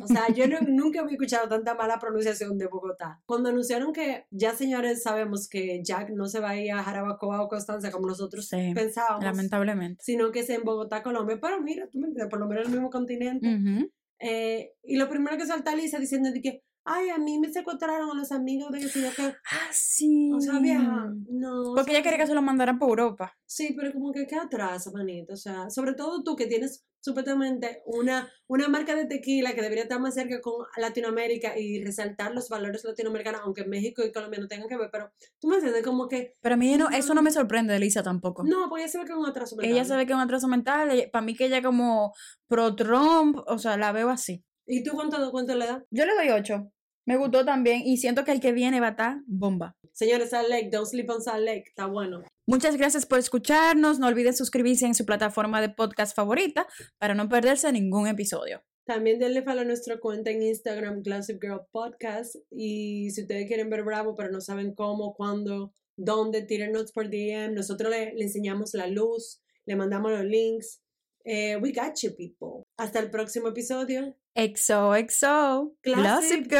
S1: O sea, yo no- nunca había escuchado tanta mala pronunciación de Bogotá. Cuando anunciaron que ya, señores, sabemos que Jack no se va a ir a Jarabacoa o Constanza como nosotros
S2: Sí,
S1: pensábamos,
S2: Lamentablemente.
S1: sino que es en Bogotá, Colombia. Pero mira, tú me entiendes, por lo menos el mismo continente.
S2: Ujú.
S1: Eh, y lo primero que salta Lisa diciendo de que, ay, a mí me secuestraron a los amigos de que si yo que.
S2: Ah, sí.
S1: O sea, vieja, no. o
S2: Porque
S1: sea,
S2: ella quería que se lo mandaran por Europa.
S1: Sí, pero como que qué atrás, manito. O sea, sobre todo tú que tienes supuestamente una, una marca de tequila que debería estar más cerca con Latinoamérica y resaltar los valores latinoamericanos, aunque México y Colombia no tengan que ver, pero tú me entiendes, como que
S2: Pero a mí no- eso no me sorprende de Lisa tampoco.
S1: no, pues ella se ve con atraso
S2: Ella
S1: mental.
S2: se ve que es un atraso mental. Para mí que ella como pro Trump, o sea, la veo así.
S1: ¿Y tú cuánto, cuánto le das?
S2: Yo le doy 8. Me gustó también y siento que el que viene va a estar bomba.
S1: Señores, Salt Lake, don't sleep on Salt Lake, está bueno.
S2: Muchas gracias por escucharnos. No olviden suscribirse en su plataforma de podcast favorita para no perderse ningún episodio.
S1: También denle follow a nuestra cuenta en Instagram, Gossip Girl Podcast. Y si ustedes quieren ver Bravo, pero no saben cómo, cuándo, dónde, tírennos por DM. Nosotros le, le enseñamos la luz, le mandamos los links. Eh, we got you, people. Hasta el próximo episodio.
S2: XOXO.
S1: Gossip
S2: Gossip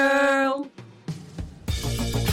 S2: Girl.